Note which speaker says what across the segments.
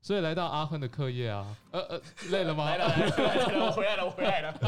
Speaker 1: 所以来到阿亨的课业啊，呃呃，累了吗？
Speaker 2: 来了，来了，来 了，我回来了，我回来了。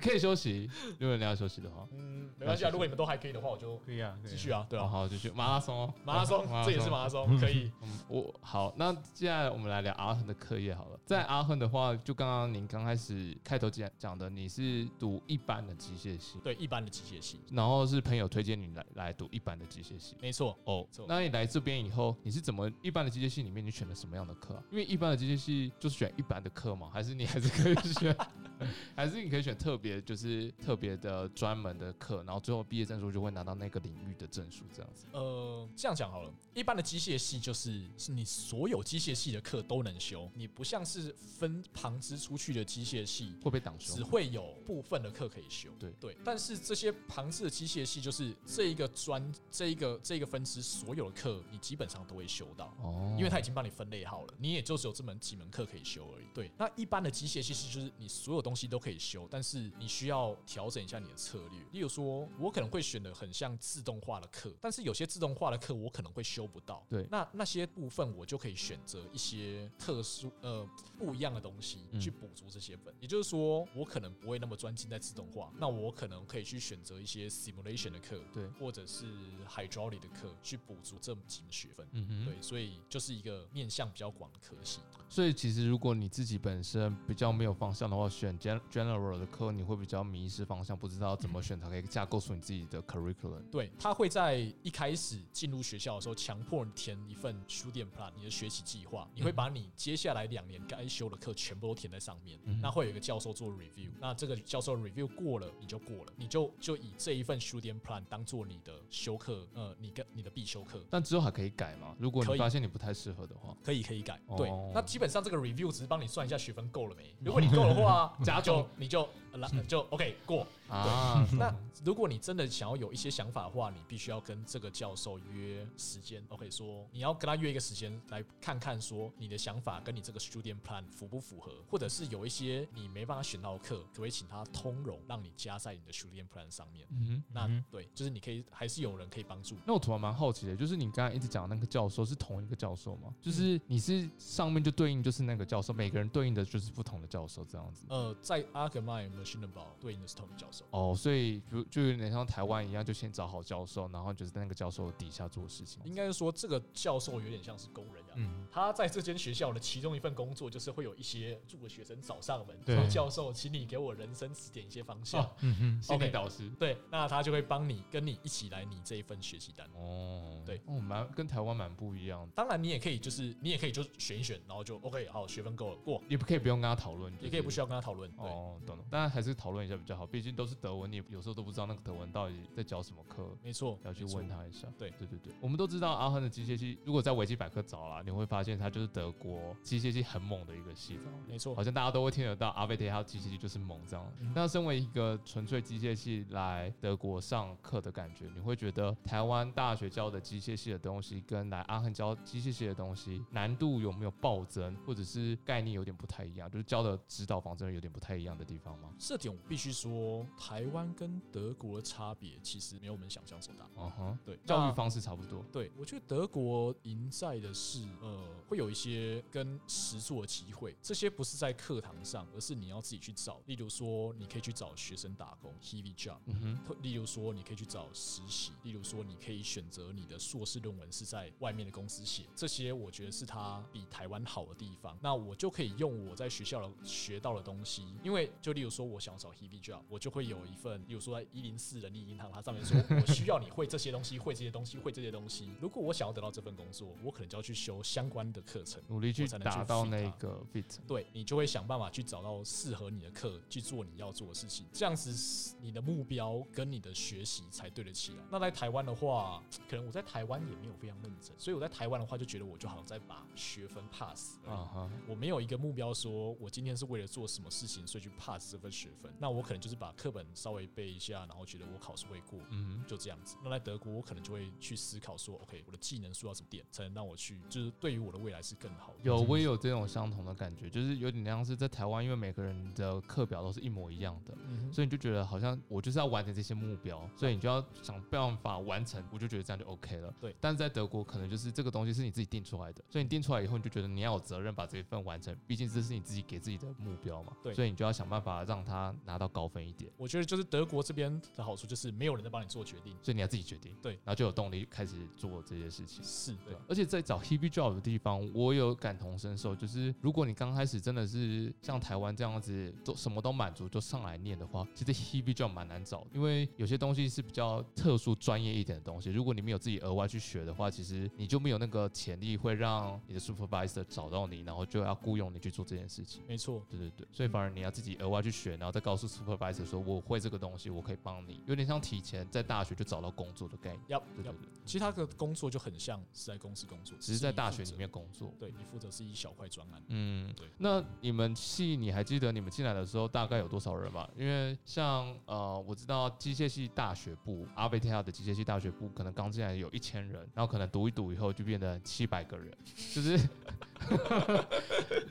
Speaker 1: 可以休息，如果你要休息的话。
Speaker 2: 嗯，没关系啊，如果你们都还可以的话，我就
Speaker 3: 可以啊，
Speaker 2: 继续啊，对
Speaker 1: 好
Speaker 2: 啊，
Speaker 1: 好，继续马拉松哦，
Speaker 2: 马拉松这也是马拉松，可以。
Speaker 1: 嗯，我好，那接下来我们来聊阿亨的课业好了。在阿亨的话，就刚刚您刚开始开头讲讲的，你是读一般的机械系，
Speaker 2: 对，一般的机械系，
Speaker 1: 然后是朋友推荐你来来读一般的机械系。
Speaker 2: 没错。
Speaker 1: 哦
Speaker 2: 错
Speaker 1: 那你来这边以后，你是怎么一般的机械系里面你选了什么样的课、啊？因为一般的机械系就是选一般的课嘛，还是你还是可以选， 还是你可以选特别就是特别的专门的课，然后最后毕业证书就会拿到那个领域的证书这样子。
Speaker 2: 呃，这样讲好了，一般的机械系就是是你所有机械系的课都能修，你不像是分旁支出去的机械系，
Speaker 1: 会被挡修
Speaker 2: 只？会有部分的课可以修。
Speaker 1: 对
Speaker 2: 对，但是这些旁支的机械系就是这一个专这一个这一个分支所有的课，你基本上都会修到。
Speaker 1: 哦
Speaker 2: 因为它已经帮你分类好了，你也就只有这门几门课可以修而已。对，那一般的机械系是就是你所有东西都可以修，但是你需要调整一下你的策略。例如说，我可能会选的很像自动化的课，但是有些自动化的课我可能会修不到。
Speaker 1: 对
Speaker 2: 那那些部分我就可以选择一些特殊呃不一样的东西
Speaker 1: 嗯
Speaker 2: 去补足这些本。也就是说，我可能不会那么专精在自动化，那我可能可以去选择一些 simulation 的课，
Speaker 1: 对
Speaker 2: 或者是 hydraulic 的课去补足这几门学分。
Speaker 1: 嗯哼
Speaker 2: 对，所以就是一个面向比较广的科系。
Speaker 1: 所以其实如果你自己本身比较没有方向的话，选 gen- general 的课，你会比较迷失方向，不知道怎么选才可以架构出你自己的 curriculum。
Speaker 2: 对，他会在一开始进入学校的时候，强迫你填一份 student plan，你的学习计划，
Speaker 1: 嗯
Speaker 2: 你会把你接下来两年该修的课全部都填在上面。
Speaker 1: 嗯
Speaker 2: 那会有一个教授做 review，那这个教授 review 过了，你就过了，你就就以这一份 student plan 当做你的修课，呃，你跟你的必修课。
Speaker 1: 但之后还可以改嘛？如果
Speaker 2: 可
Speaker 1: 你
Speaker 2: 以
Speaker 1: 发现你不太适合的话，
Speaker 2: 可以可以改，
Speaker 1: 哦
Speaker 2: 对。那基本上这个 review 只是帮你算一下学分够了没。如果你够的 话，加就你就呃就 OK 过。
Speaker 1: 啊，
Speaker 2: 那如果你真的想要有一些想法的话，你必须要跟这个教授约时间。OK，说你要跟他约一个时间来看看，说你的想法跟你这个 student plan 符不符合，或者是有一些你没办法选到的课，可不可以请他通融，让你加在你的 student plan 上面？
Speaker 1: 嗯哼。
Speaker 2: 那对，就是你可以还是有人可以帮助。
Speaker 1: 那我突然蛮好奇的，就是你刚才一直讲的那个教授是同一个教授吗？
Speaker 2: 嗯
Speaker 1: 就是你是上面就对应就是那个教授，每个人对应的就是不同的教授这样子。
Speaker 2: 呃，在 a r g m i n Machine b a l 对应的是同一个教授。
Speaker 1: 哦，所以就就有点像台湾一样，就先找好教授，然后就是在那个教授底下做事情。
Speaker 2: 应该是说，这个教授有点像是工人啊。
Speaker 1: 嗯
Speaker 2: 他在这间学校的其中一份工作，就是会有一些住的学生找上门，
Speaker 1: 对
Speaker 2: 说教授，请你给我人生指点一些方向。
Speaker 1: 哦嗯哼，心理
Speaker 2: OK
Speaker 1: 导师。
Speaker 2: 对，那他就会帮你，跟你一起来拟这一份学习单。
Speaker 1: 哦，
Speaker 2: 对
Speaker 1: 哦，蛮跟台湾蛮不一样的，
Speaker 2: 当然，你也可以，就是你也可以就选一选，然后就 OK，好，学分够了过，
Speaker 1: 也不可以不用跟他讨论，
Speaker 2: 也可以不需
Speaker 1: 要。
Speaker 2: 要跟他讨论。对，
Speaker 1: 哦，懂了，当然还是讨论一下比较好，毕竟都是德文，你也有时候都不知道那个德文到底在教什么课，
Speaker 2: 没错，
Speaker 1: 要去
Speaker 2: 没错
Speaker 1: 问。他一下。
Speaker 2: 对
Speaker 1: 对对对，我们都知道阿亨的机械系，如果在维基百科找啦，你会发现它就是德国机械系很猛的一个系统。
Speaker 2: 没错
Speaker 1: 好，像大家都会听得到阿贝特他机械系就是猛这样。
Speaker 2: 嗯
Speaker 1: 那身为一个纯粹机械系来德国上课的感觉，你会觉得台湾大学教的机械系的东西跟来阿亨教机械系的东西难度有没有暴增，或者是概念有点不太一样，就是教的指导方针有点不太一样的地方吗？
Speaker 2: 这点我必须说，台湾跟德国的差别其实没有我们想象中大。
Speaker 1: 嗯哼，
Speaker 2: 对，
Speaker 1: 教
Speaker 2: 那
Speaker 1: 育方式差不多。
Speaker 2: 对，我觉得德国赢在的是，呃，会有一些跟实作的机会，这些不是在课堂上，而是你要自己去找。例如说，你可以去找学生打工 h e v y job），
Speaker 1: 嗯哼。
Speaker 2: 特例如说，你可以去找实习；例如说，你可以选择你的硕士论文是在外面的公司写。这些我觉得是它比台湾好的地方。那我就可以用我在学校的学到的东西，因为就例如说，我想找 Hebe job，我就会有一份，例如说在一零四人力银行，它上面说我需要你会这些东西，会这些东西，会这些东西。如果我想要得到这份工作，我可能就要去修相关的课程，
Speaker 1: 努力去
Speaker 2: 我才能
Speaker 1: 达到
Speaker 2: fit
Speaker 1: 那
Speaker 2: 它
Speaker 1: 个 fit。
Speaker 2: 对你就会想办法去找到适合你的课，去做你要做的事情。这样子，你的目标跟你的学习才对得起来。那在台湾的话，可能我在台湾也没有非常认真，所以我在台湾的话就觉得我就好像在把学分 pass 而已
Speaker 1: 啊哈，
Speaker 2: 我没有一个目标，说我今天是为了做什么事情，所以去 pass 这份学分。那我可能就是把课本稍微背一下，然后觉得我考试会过，
Speaker 1: 嗯，
Speaker 2: 就这样子。那在德国，我可能就会去思考说，OK，我的技能树要怎么点，才能让我去，就是对于我的未未来是更好的。
Speaker 1: 有，我也有这种相同的感觉，就是有点像是在台湾，因为每个人的课表都是一模一样的，
Speaker 2: 嗯哼，
Speaker 1: 所以你就觉得好像我就是要完成这些目标，所以你就要想办法完成，我就觉得这样就 OK 了。
Speaker 2: 对
Speaker 1: 但是在德国可能就是这个东西是你自己定出来的，所以你定出来以后，你就觉得你要有责任把这一份完成，毕竟这是你自己给自己的目标嘛。
Speaker 2: 对
Speaker 1: 所以你就要想办法让他拿到高分一点，
Speaker 2: 我觉得就是德国这边的好处就是没有人在帮你做决定，
Speaker 1: 所以你要自己决定。
Speaker 2: 对
Speaker 1: 然后就有动力开始做这些事情。
Speaker 2: 是
Speaker 1: 对啊
Speaker 2: 的，，
Speaker 1: 而且在找 Hebe Job 的地方，我有感同身受，就是如果你刚开始真的是像台湾这样子，都什么都满足就上来念的话，其实 Hebe Job 蛮难找，因为有些东西是比较特殊、专业一点的东西，如果你没有自己额外去学的话，其实你就没有那个潜力会让你的 supervisor 找到你，然后就要雇佣你去做这件事情。
Speaker 2: 没错，
Speaker 1: 对对对，所以
Speaker 2: 嗯
Speaker 1: 反而你要自己额外去学，然后再告诉 supervisor 说我会这个东西，我可以帮你，有点像提前在大学就找到工作的概念。
Speaker 2: 要
Speaker 1: 对对
Speaker 2: 要
Speaker 1: 对。，
Speaker 2: 其实他的工作就很像是在公司工作，
Speaker 1: 只是在
Speaker 2: 你
Speaker 1: 大
Speaker 2: 负
Speaker 1: 学
Speaker 2: 责
Speaker 1: 里，面工作。
Speaker 2: 对你负责是一小块专案。
Speaker 1: 嗯
Speaker 2: 对，
Speaker 1: 那你们系你还记得你们进来的时候大概有多少人吗？因为像呃，我知道机械系大学部阿贝特亚的机械系大学部，可能刚进来有一千人，然后可能读一读以后就变成七百个人，就是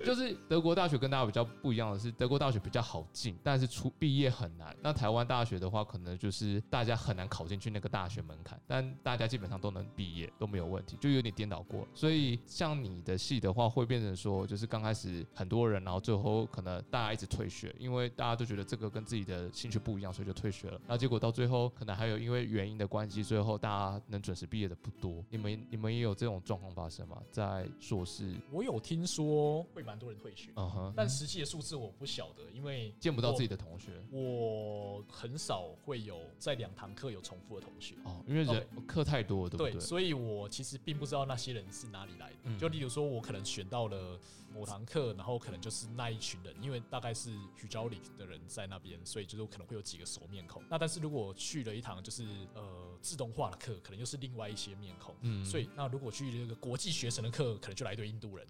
Speaker 1: 就是德国大学跟大家比较不一样的是，德国大学比较好进，但是出毕业很难。那台湾大学的话，可能就是大家很难考进去那个大学门槛，但大家基本上都能毕业，都没有问题，就有点颠倒过。所以像你的系的话，会变成说，就是刚开始很多人，然后最后可能大家一直退学，因为大家都觉得这个跟自己的兴趣不一样，所以就退学了。然后结果到最后，可能还有因为原因的关系，最后大家能准时毕业的不多。你们你们也有这种状况发生吗？在硕士，
Speaker 2: 我有听说会蛮多人退学，
Speaker 1: 嗯哼，
Speaker 2: 但实际的数字我不晓得，因为
Speaker 1: 见不到自己的同学。
Speaker 2: 我很少会有在两堂课有重复的同学。
Speaker 1: 哦，因为人课太多了，对不对？
Speaker 2: 对，所以我其实并不知道那些人是哪里来的。
Speaker 1: 嗯
Speaker 2: 就例如说，我可能选到了某堂课，然后可能就是那一群人，因为大概是徐昭里的人在那边，所以就是可能会有几个熟面孔。那但是如果我去了一堂就是呃自动化的课，可能又是另外一些面孔。
Speaker 1: 嗯
Speaker 2: 所以那如果去这个国际学生的课，可能就来一堆印度人，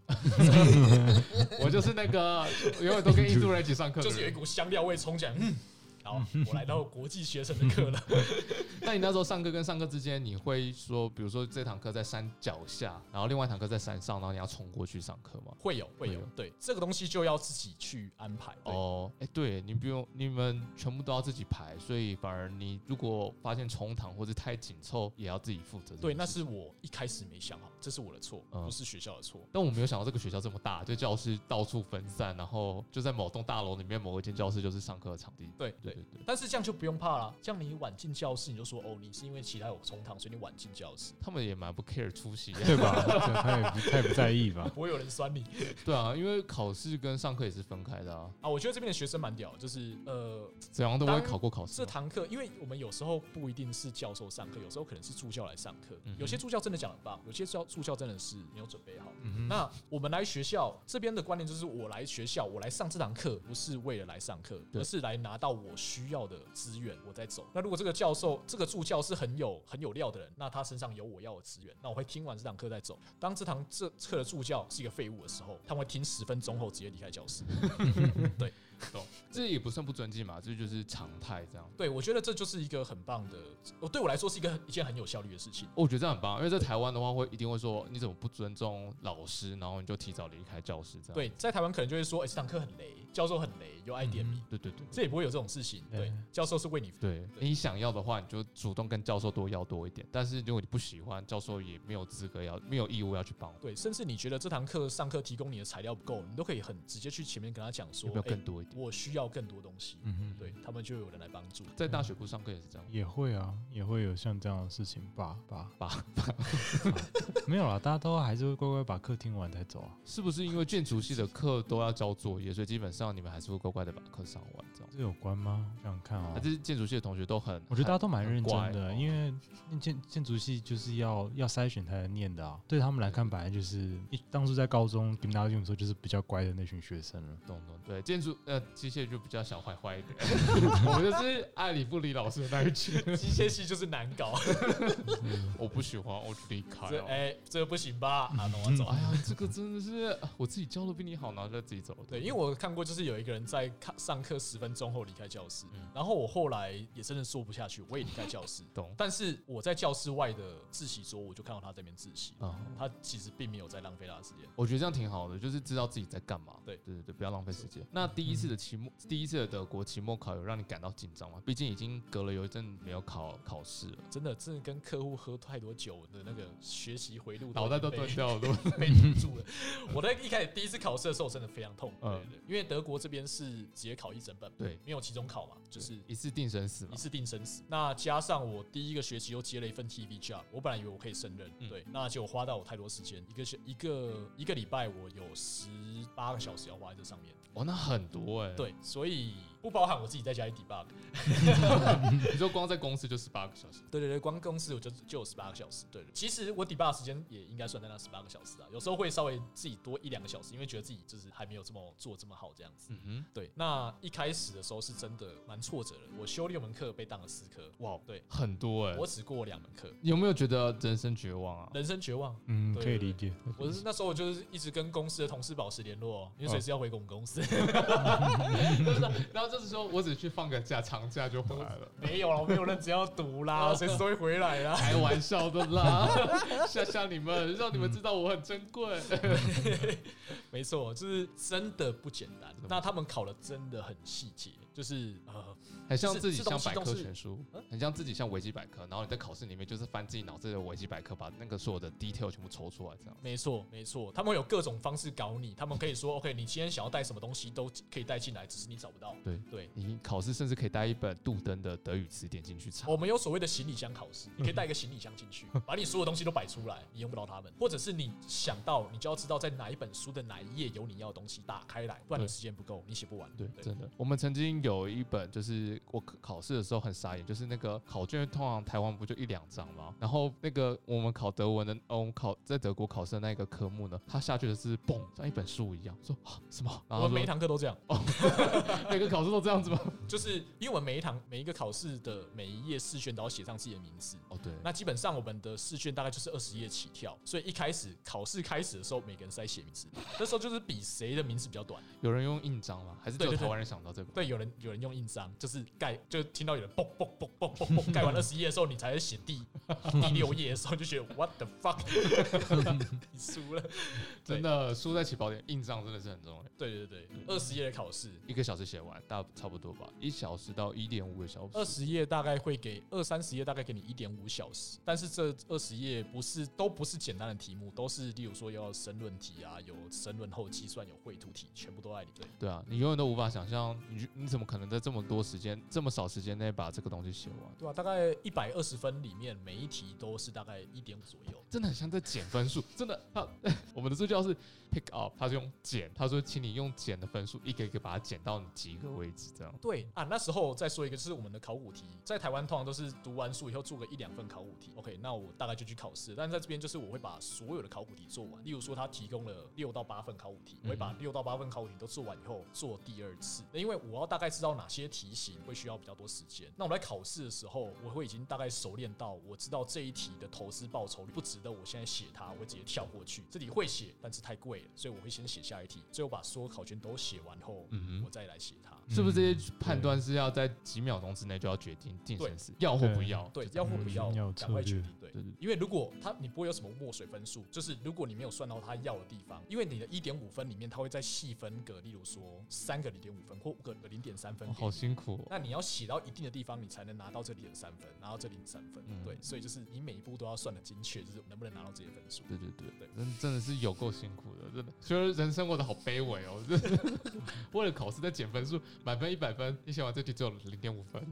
Speaker 1: 我就是那个 永远都跟印度人一起上课的
Speaker 2: 就是有一
Speaker 1: 人。
Speaker 2: 股香料味冲起来。嗯，好，我来到国际学生的 课了。
Speaker 1: 那你那时候上课跟上课之间，你会说，比如说这堂课在山脚下，然后另外一堂课在山上，然后你要冲过去上课吗？
Speaker 2: 会有，会
Speaker 1: 会
Speaker 2: 有
Speaker 1: 有，
Speaker 2: 对，这个东西就要自己去安排。对，
Speaker 1: 哦，哎，对你不用，你们全部都要自己排，所以反而你如果发现冲堂或者太紧凑，也要自己负责。
Speaker 2: 对，那。是我一开始没想好，这是我的错，
Speaker 1: 嗯
Speaker 2: 不是学校的错。
Speaker 1: 但我没有想到这个学校这么大，就教室到处分散，然后就在某栋大楼里面某一间教室就是上课的场地。
Speaker 2: 对
Speaker 1: 对
Speaker 2: 对
Speaker 1: 对对，
Speaker 2: 但是这样就不用怕了，这样你晚进教室，你就说哦，你是因为其他有冲堂，所以你晚进教室，
Speaker 1: 他们也蛮不 care 出席啊的。
Speaker 3: 对吧？这他也不他也不在意吧？
Speaker 2: 不会有人酸你
Speaker 1: 对啊，因为考试跟上课也是分开的啊，
Speaker 2: 啊。我觉得这边的学生蛮屌的，就是呃，
Speaker 1: 怎样都会考过考试
Speaker 2: 这
Speaker 1: 吗。
Speaker 2: 堂课，因为我们有时候不一定是教授上课，有时候可能是助教来上课，
Speaker 1: 嗯哼
Speaker 2: 有些助教真的讲得很棒，有些教助教真的是没有准备好。
Speaker 1: 嗯哼
Speaker 2: 那我们来学校这边的观念就是，我来学校，我来上这堂课，不是为了来上课，
Speaker 1: 对
Speaker 2: 而是来拿到我需要的资源，我再走。那如果这个教授、这个助教是很有很有料的人，那他身上有我要的资源，那我会听完这堂课再走。当这堂这课的助教是一个废物的时候，他们会听十分钟后直接离开教室。
Speaker 1: 这也不算不尊敬嘛，这就是常态这样。
Speaker 2: 对我觉得这就是一个很棒的，哦，对我来说是一个很一件很有效率的事情。
Speaker 1: 哦我觉得这样很棒，因为在台湾的话会一定会说你怎么不尊重老师，然后你就提早离开教室这样。
Speaker 2: 对，在台湾可能就会说，哎、这堂课很雷，教授很雷，有爱点名，
Speaker 1: 对对对
Speaker 2: 这也不会有这种事情。对
Speaker 3: 嗯，
Speaker 2: 教授是为你服
Speaker 1: 对，你想要的话，你就主动跟教授多要多一点。但是如果你不喜欢，教授也没有资格要，没有义务要去帮我。
Speaker 2: 对，甚至你觉得这堂课上课提供你的材料不够，你都可以很直接去前面跟他讲说
Speaker 1: 有没有，
Speaker 2: 哎、
Speaker 1: 更多一点？
Speaker 2: 我需要更多东西，
Speaker 3: 嗯哼，
Speaker 2: 对他们就有人来帮 助。
Speaker 1: 在大学部上课也是这样。
Speaker 3: 也会啊，也会有像这样的事情吧吧
Speaker 1: 吧
Speaker 3: 吧， 没有啦，大家都还是会乖乖把课听完才走啊。
Speaker 1: 是不是因为建筑系的课都要交作业，所以基本上你们还是会乖乖的把课上完这样？
Speaker 3: 这有关吗？想想看哦、
Speaker 1: 啊还是建筑系的同学都很？
Speaker 3: 我觉得
Speaker 1: 很
Speaker 3: 大家
Speaker 1: 哦
Speaker 3: 都蛮认真
Speaker 1: 很
Speaker 3: 的，
Speaker 1: 乖
Speaker 3: 因为念建建筑系就是要要筛选才能念的啊。对他们来看，本来就是一当初在高中 gymnasium 的时候就是比较乖的那群学生 了。
Speaker 1: 懂懂，对，建筑呃机械就比较想坏坏 一点，我就是爱理不理老师的那一群，
Speaker 2: 机械系就是难搞，
Speaker 1: 我不喜欢，我就离开
Speaker 2: 这
Speaker 1: 了。
Speaker 2: 哎、这个不行吧？啊，那我走。
Speaker 1: 嗯 哎呀，这个真的是我自己教的比你好，然后再自己走。
Speaker 2: 对，因为我看过，就是有一个人在在看上课十分钟后离开教室
Speaker 1: 嗯。
Speaker 2: 然后我后来也真的做不下去，我也离开教室。
Speaker 1: 懂
Speaker 2: 但是我在教室外的自习桌，我就看到他在那边自习，
Speaker 1: 啊、
Speaker 2: 他其实并没有在浪费他的时间。
Speaker 1: 我觉得这样挺好的，就是知道自己在干嘛。
Speaker 2: 对
Speaker 1: 对对对，不要浪费时间。那第一次的期末，
Speaker 3: 嗯
Speaker 1: 第一次的德国期末考有让你感到紧张吗？毕竟已经隔了有一阵没有考考试了，
Speaker 2: 真的，真的跟客户喝太多酒的那个学习回路，
Speaker 1: 脑袋都断掉了。都
Speaker 2: 被堵住了。我在一开始第一次考试的时候，真的非常痛苦，
Speaker 1: 嗯
Speaker 2: 对对对因为德国这边是直接考一整本，
Speaker 1: 对，
Speaker 2: 没有期中考嘛，就是
Speaker 1: 一次定生死嘛
Speaker 2: 一。次定生死。那加上我第一个学期又接了一份 TV job，我本来以为我可以胜任，
Speaker 1: 嗯
Speaker 2: 对，那就花到我太多时间，一个学一个一个礼拜我有十八个小时要花在这上面，
Speaker 1: 哦，那很多哎、，
Speaker 2: 对，所以不包含我自己在家里 debug，
Speaker 1: 你说光在公司就十八个小时，
Speaker 2: 对对对，光公司我就就有十八个小时。对对，其实我 debug 的时间也应该算在那十八个小时啊，有时候会稍微自己多一两个小时，因为觉得自己就是还没有这么做这么好这样子。
Speaker 1: 嗯哼，
Speaker 2: 对，那一开始的时候是真的蛮挫折的，我修六门课被当了四科，哇，对
Speaker 1: 很多哎、
Speaker 2: 我只过两门课，
Speaker 1: 有没有觉得人生绝望啊？
Speaker 2: 人生绝望。
Speaker 3: 嗯，
Speaker 2: 对
Speaker 3: 可以
Speaker 2: 对
Speaker 3: 理解。
Speaker 2: 我是那时候我就是一直跟公司的同事保持联络，哦因为随时要回我们公司。
Speaker 1: 然后就是说我只去放个假，长假就回来了，
Speaker 2: 没有了，我没有认真要读啦，随时都会回来啦。
Speaker 1: 开玩笑的 啦，吓吓你们，让你们知道我很珍贵。
Speaker 2: 没错，就是真的不简
Speaker 1: 真的
Speaker 2: 单
Speaker 1: 不简单。
Speaker 2: 那他们考的真的很细节，就是呃，
Speaker 1: 很像自己
Speaker 2: 这这
Speaker 1: 像
Speaker 2: 东
Speaker 1: 百
Speaker 2: 西
Speaker 1: 科
Speaker 2: 都是
Speaker 1: 全书
Speaker 2: 嗯，
Speaker 1: 很像自己像维基百科，然后你在考试里面就是翻自己脑子的维基百科，把那个所有的 detail 全部抽出来，这样。
Speaker 2: 没错，没错，他们有各种方式搞你，他们可以说 OK，你今天想要带什么东西都可以带进来，只是你找不到。
Speaker 1: 对
Speaker 2: 对，
Speaker 1: 你考试甚至可以带一本杜登的德语词典进去查
Speaker 2: 我。们有所谓的行李箱考试，你可以带一个行李箱进 去，把你所有东西都摆出来，你用不到他们，或者是你想到，你就要知道在哪一本书的哪一页有你要的东西，打开来，不然
Speaker 1: 对
Speaker 2: 你时间不够，你写不完。
Speaker 1: 对，真的，我们曾经有一本，就是我考考试的时候很傻眼，就是那个考卷，通常台湾不就一两张吗？然后那个我们考德文的，哦，我们考在德国考试的那个科目呢，它下去的是嘣，像一本书一样，说啊什么？然
Speaker 2: 我
Speaker 1: 后
Speaker 2: 们每一
Speaker 1: 说
Speaker 2: 堂课都这样，
Speaker 1: 每个考试都这样子 吗？
Speaker 2: 就是因为我们每一堂每一个考试的每一页试卷都要写上自己的名字，
Speaker 1: 哦，对，
Speaker 2: 那基本上我们的试卷大概就是二十页起跳，所以一开始考试开始的时候，每个人是在写名字，那时候就是比谁的名字比较短。
Speaker 1: 有人用印章吗？还是只有
Speaker 2: 对对对
Speaker 1: 台湾人想到这个？
Speaker 2: 对，有人有人用印章，就是盖，就听到有人嘣嘣嘣嘣嘣嘣，盖完二十页的时候，你才在写第 第六页的时候，就觉得 what the fuck，你 输了。
Speaker 1: 真的输在起跑点，印章真的是很重要。
Speaker 2: 对对对，二十页的考试，
Speaker 1: 一个小时写完，大差不多吧，一小时到一点五个小时。
Speaker 2: 二十页大概会给二三十页，大概给你一点五小时。但是这二十页不是都不是简单的题目，都是例如说要申论题啊，有申论后计算，有绘图题，全部都在里面。
Speaker 1: 对啊，你永远都无法想象，你你怎么可能在这么多时间、这么少时间内把这个东西写完？
Speaker 2: 对啊，大概一百二十分里面，每一题都是大概一点五左右。
Speaker 1: 真的很像在减分数，真的。他 我们的助教是 pick up，他是用减，他说请你用减的分数一个一个把它减到你及格为止，这样。
Speaker 2: 对啊，那时候再说一个，就是我们的考古题，在台湾通常都是读完书以后做个一两份考古题。OK，那我大概就去考试，但是在这边就是我会把所有的考古题做完。例如说，他提供了六到八份考古题，我会把六到八份考古题都做完以后做第二次，因为我要大概知道哪些题型会需要比较多时间。那我在考试的时候，我会已经大概熟练到我知道这一题的投资报酬率不值得我现在写它，我会直接跳过去。这题会写，但是太贵了，所以我会先写下一题。所以我把所有考卷都写完后，
Speaker 1: 嗯
Speaker 2: 我再来写它。
Speaker 1: 哼，是不是这
Speaker 3: 嗯
Speaker 1: 些判断是要在几秒钟之内就要决定定生死，要或不要？
Speaker 2: 对
Speaker 1: 就，这
Speaker 2: 要
Speaker 1: 样
Speaker 2: 或不要
Speaker 3: 嗯要，
Speaker 2: 赶快
Speaker 3: 策略
Speaker 2: 决定。对
Speaker 1: 对对，
Speaker 2: 因为如果他你不会有什么墨水分数，就是如果你没有算到他要的地方，因为你的一点五分里面，他会再细分个，例如说三个零点五分或五个零点三分
Speaker 1: 哦
Speaker 2: 给
Speaker 1: 好
Speaker 2: 你。
Speaker 1: 辛苦哦、
Speaker 2: 那你要写到一定的地方，你才能拿到这零点三分，拿到这零点三分。
Speaker 1: 嗯
Speaker 2: 对，所以就是你每一步都要算的精确，就是能不能拿到这些分数。
Speaker 1: 对对对
Speaker 2: 对
Speaker 1: 真真的是有够辛苦的，真的，觉得人生过得好卑微哦， 真的为了考试在减分数，满分一百分，你写完这题只有零点五分，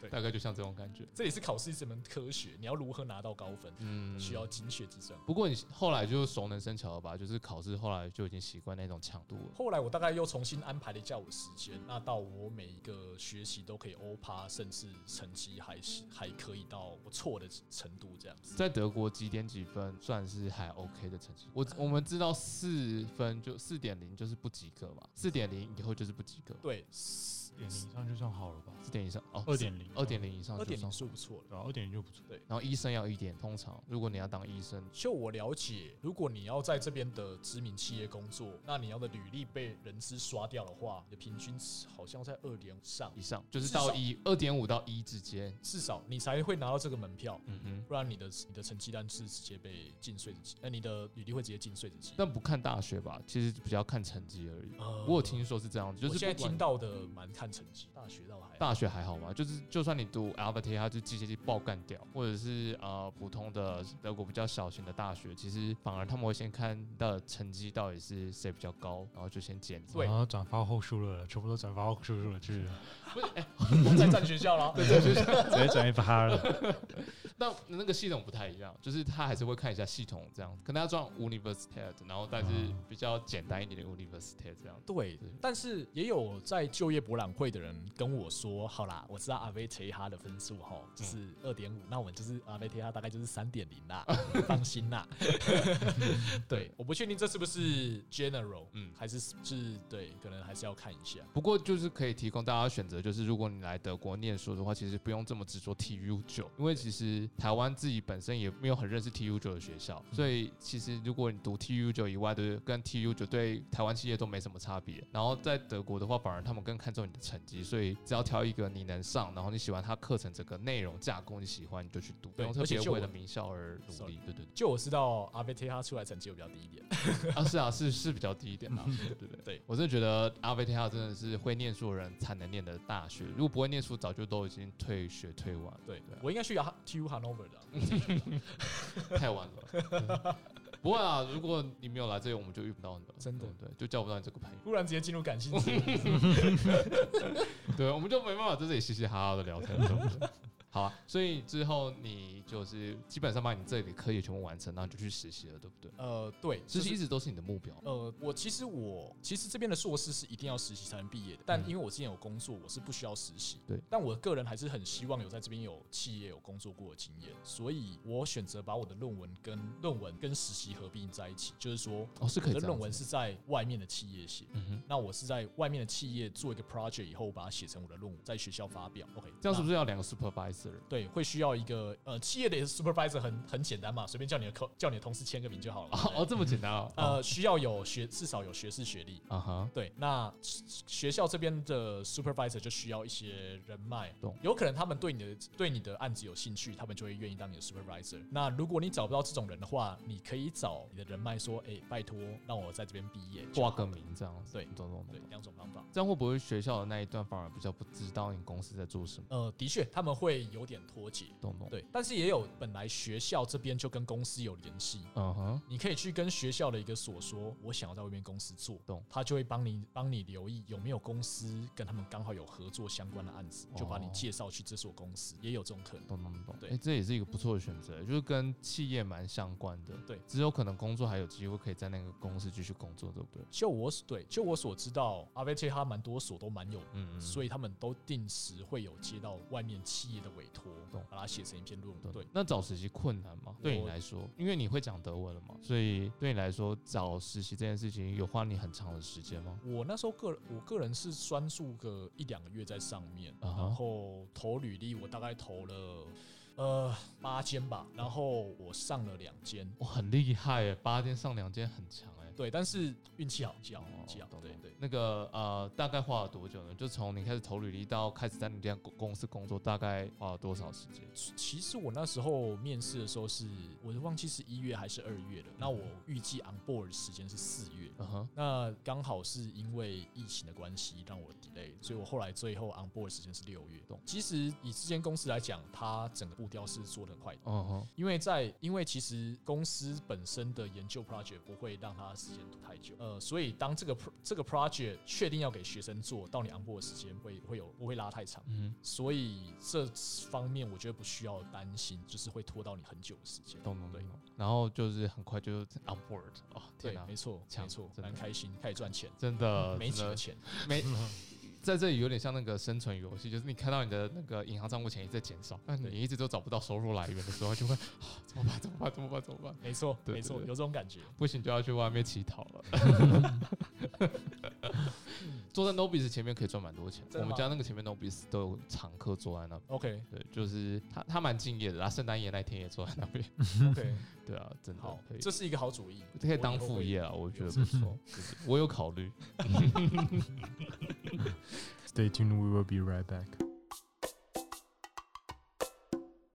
Speaker 2: 对
Speaker 1: 大概就像这种感觉。
Speaker 2: 这也是考试这门科学，你要如何拿到高分，
Speaker 1: 嗯
Speaker 2: 需要。精确计算。
Speaker 1: 不过你后来就熟能生巧了吧？就是考试后来就已经习惯那种强度了。
Speaker 2: 后来我大概又重新安排了一下我的时间，那到我每一个学习都可以欧趴，甚至成绩还是还可以到不错的程度这样子。
Speaker 1: 在德国几点几分算是还 OK 的成绩？
Speaker 2: 哎
Speaker 1: 我我们知道四分就四点零就是不及格嘛，四点零以后就是不及格。
Speaker 2: 对，四
Speaker 3: 点零以上就算好了吧？
Speaker 1: 四点以上哦，
Speaker 3: 二点零，
Speaker 1: 二点零以上
Speaker 2: 二
Speaker 1: 就
Speaker 2: 点零
Speaker 1: 算
Speaker 2: 是不错的。
Speaker 3: 对啊，二点零就不错。
Speaker 1: 然后医生要一点，通常如果你要当医生，
Speaker 2: 就我了解，如果你要在这边的知名企业工作，那你要的履历被人资刷掉的话，你的平均好像在二点上
Speaker 1: 以，上就是
Speaker 2: 至少
Speaker 1: 到一二点五到一之间。
Speaker 2: 至少你才会拿到这个门票。
Speaker 1: 嗯哼，
Speaker 2: 不然你的你的成绩单是直接被进税子机，呃，你的履历会直接进税子机。
Speaker 1: 但不看大学吧，其实比较看成绩而已。
Speaker 2: 呃
Speaker 1: 我有听说是这样，就是
Speaker 2: 我现在
Speaker 1: 不管
Speaker 2: 听到的蛮看成绩，大学倒还好
Speaker 1: 大学还好嘛，就是就算你读 Albert，它就机械系爆干掉，或者是呃普通的德国比较小型的大学，其实反而他们会先看到成绩到底是谁比较高，然后就先减。
Speaker 2: 对
Speaker 3: 然后转发后输入了，全部都转发后输入了，就是
Speaker 2: 我在战学 校了，对对对，
Speaker 3: 直接转一趴了。
Speaker 1: 但那个系统不太一样，就是他还是会看一下系统这样，可能他装 Universitet，然后但是
Speaker 3: 嗯
Speaker 1: 比较简单一点的 Universitet 这样。
Speaker 2: 对
Speaker 1: 对，
Speaker 2: 但是也有在就业博览会的人跟我说，好啦，我知道阿维提哈的分数哈，
Speaker 1: 嗯
Speaker 2: 就是二点五，那我们就是阿维提哈大概就是三点零 啦，放心啦。 对，我不确定这是不是 general，嗯
Speaker 1: 嗯，
Speaker 2: 还是是对，可能还是要看一下。
Speaker 1: 不过就是可以提供大家选择，就是如果你来德国念书的话，其实不用这么执着 TU 九，因为其实台湾自己本身也没有很认识 TU 九的学校，所以其实如果你读 TU 九以外的，跟 TU 九对台湾企业都没什么差别。然后在德国的话，反而他们更看重你的成绩，所以只要挑一个你能上，然后你喜欢它课程整个内容架构，你喜欢你就去读，不
Speaker 2: 对
Speaker 1: 用特
Speaker 2: 而且
Speaker 1: 别
Speaker 2: 就
Speaker 1: 为
Speaker 2: 我
Speaker 1: 了名校而努力。对对
Speaker 2: 就我知道阿维提哈出来成绩有比较低一点，
Speaker 1: 对， 啊是啊是是比较低一点啦，对对对。
Speaker 2: 对，
Speaker 1: 我真的觉得阿维特亚真的是会念书的人才能念的大学，如果不会念书，早就都已经退学退完了，
Speaker 2: 对
Speaker 1: 对啊，嗯
Speaker 2: 我应该去 TU Hanover 的啊，
Speaker 1: 太晚了。不会啊，如果你没有来这里，我们就遇不到你了，
Speaker 2: 真的
Speaker 1: 对，就交不到你这个朋友，
Speaker 2: 忽然直接进入感性词。
Speaker 1: 对，我们就没办法在这里嘻嘻哈哈的聊天。对不对 好啊，所以之后你就是基本上把你这里的课业全部完成，然后你就去实习了，对不对？
Speaker 2: 呃，对，
Speaker 1: 实
Speaker 2: 就是
Speaker 1: 习一直都是你的目标，
Speaker 2: 呃，我其实我其实这边的硕士是一定要实习才能毕业的，但因为我之前有工作，我是不需要实习。
Speaker 1: 嗯对，
Speaker 2: 但我个人还是很希望有在这边有企业有工作过的经验，所以我选择把我的论文跟论文跟实习合并在一起，就是说
Speaker 1: 哦，是可
Speaker 2: 我
Speaker 1: 以
Speaker 2: 的
Speaker 1: 这
Speaker 2: 论
Speaker 1: 样
Speaker 2: 文
Speaker 1: 子。
Speaker 2: 是在外面的企业写。
Speaker 1: 嗯哼，
Speaker 2: 那我是在外面的企业做一个 project 以后，我把它写成我的论文，在学校发表。OK，
Speaker 1: 这样是
Speaker 2: 那
Speaker 1: 不是要两个 supervisor？
Speaker 2: 对，会需要一个呃，企业的 supervisor 很很简单嘛，随便叫你的 co- 叫你的同事签个名就好了。
Speaker 1: 哦，哦这么简单啊？
Speaker 2: 呃，需要有学至少有学士学历，
Speaker 1: 啊哈，
Speaker 2: 对，那学学校这边的 supervisor 就需要一些人脉
Speaker 1: 懂，
Speaker 2: 有可能他们对你的对你的案子有兴趣，他们就会愿意当你的 supervisor。那如果你找不到这种人的话，你可以找你的人脉说，哎、拜托，让我在这边毕业，
Speaker 1: 挂个。名这样子。
Speaker 2: 对
Speaker 1: 懂懂懂。
Speaker 2: 对，两种方法。
Speaker 1: 这样会不会学校的那一段反而比较不知道你公司在做什么？
Speaker 2: 呃，的确他们会有点脱节，
Speaker 1: 懂懂，，
Speaker 2: 对，但是也有本来学校这边就跟公司有联系。
Speaker 1: 嗯哼，
Speaker 2: 你可以去跟学校的一个所说，我想要在外面公司做，
Speaker 1: 懂
Speaker 2: 他就会帮你帮你留意有没有公司跟他们刚好有合作相关的案子，就把你
Speaker 1: 哦
Speaker 2: 介绍去这所公司，也有这种可能。
Speaker 1: 懂懂懂。
Speaker 2: 对
Speaker 1: 哎、这也是一个不错的选择，就是跟企业蛮相关的。
Speaker 2: 对
Speaker 1: 只有可能工作还有机会可以在那个公司继续工作，对不对？
Speaker 2: 就我所对，就我所知道，阿维切他蛮多所都蛮有，
Speaker 1: 嗯嗯，
Speaker 2: 所
Speaker 1: 以
Speaker 2: 以他们都定时会有接到外面企业的委托
Speaker 1: 懂，
Speaker 2: 把它写成一篇论文。对，，
Speaker 1: 那找实习困难吗？对你
Speaker 2: 我
Speaker 1: 来说，因为你会讲德文了嘛，所以对你来说找实习这件事情有花你很长的时间吗？
Speaker 2: 我那时候个我个人是专注个一两个月在上面，
Speaker 1: 啊
Speaker 2: 然
Speaker 1: 哈，
Speaker 2: 后投履历我大概投了呃八间吧，然后我上了两间，
Speaker 1: 我很厉害耶，八天上两天很强哎。
Speaker 2: 对，但是运气好，运气好，
Speaker 1: 哦
Speaker 2: 运气好，
Speaker 1: 懂
Speaker 2: 对
Speaker 1: 懂
Speaker 2: 对。
Speaker 1: 那个呃，大概花了多久呢？就从你开始投履历到开始在你这样公公司工作，大概花了多少时间？
Speaker 2: 其实我那时候面试的时候是，我都忘记是一月还是二月了。那我预计 on board 的时间是四月，
Speaker 1: 嗯哼，
Speaker 2: 那刚好是因为疫情的关系让我 delay，所以我后来最后 on board 的时间是六月。
Speaker 1: 懂
Speaker 2: 其实以这间公司来讲，它整个步调是做的很快的。
Speaker 1: 嗯哼，
Speaker 2: 因为在，因为其实公司本身的研究 project 不会让它时间拖太久，呃，所以当这个 pro- 这个 project 确定要给学生做到你 on board 的时间会会有不会拉太长，
Speaker 1: 嗯
Speaker 2: 所以这方面我觉得不需要担心，就是会拖到你很久的时间
Speaker 1: 哼，。懂懂
Speaker 2: 对
Speaker 1: 懂。懂然后就是很快就 on board，哦，
Speaker 2: 对
Speaker 1: 天，哪，
Speaker 2: 没错，
Speaker 1: 强
Speaker 2: 没错，
Speaker 1: 真的呃
Speaker 2: 蛮开心，开始赚钱，
Speaker 1: 真的
Speaker 2: 没几
Speaker 1: 真
Speaker 2: 个
Speaker 1: 的
Speaker 2: 钱，
Speaker 1: 没在这里有点像那个生存游戏，就是你看到你的那个银行账户钱一直在减少，那
Speaker 2: 对
Speaker 1: 你一直都找不到收入来源的时候，就会、啊、怎么办？怎么办？怎么办？怎么办？
Speaker 2: 没错，
Speaker 1: 对
Speaker 2: 没错，
Speaker 1: 对对
Speaker 2: 有这种感觉。
Speaker 1: 不行就要去外面乞讨了。 坐在 Nobis 前面可以赚蛮多钱，
Speaker 2: 真的
Speaker 1: 我
Speaker 2: 吗
Speaker 1: 们家那个前面 Nobis 都有常客坐在那。
Speaker 2: OK
Speaker 1: 对，就是他，他蛮敬业的。他圣诞夜那天也坐在那边。
Speaker 2: OK，
Speaker 1: 对啊，真的
Speaker 2: 好
Speaker 1: 可，以
Speaker 2: 这是一个好主意，
Speaker 1: 可以
Speaker 2: 我
Speaker 1: 当
Speaker 2: 后
Speaker 1: 副
Speaker 2: 会
Speaker 1: 业啊，我觉得不错。对对我有考虑。
Speaker 3: Stay tuned, we will be right back.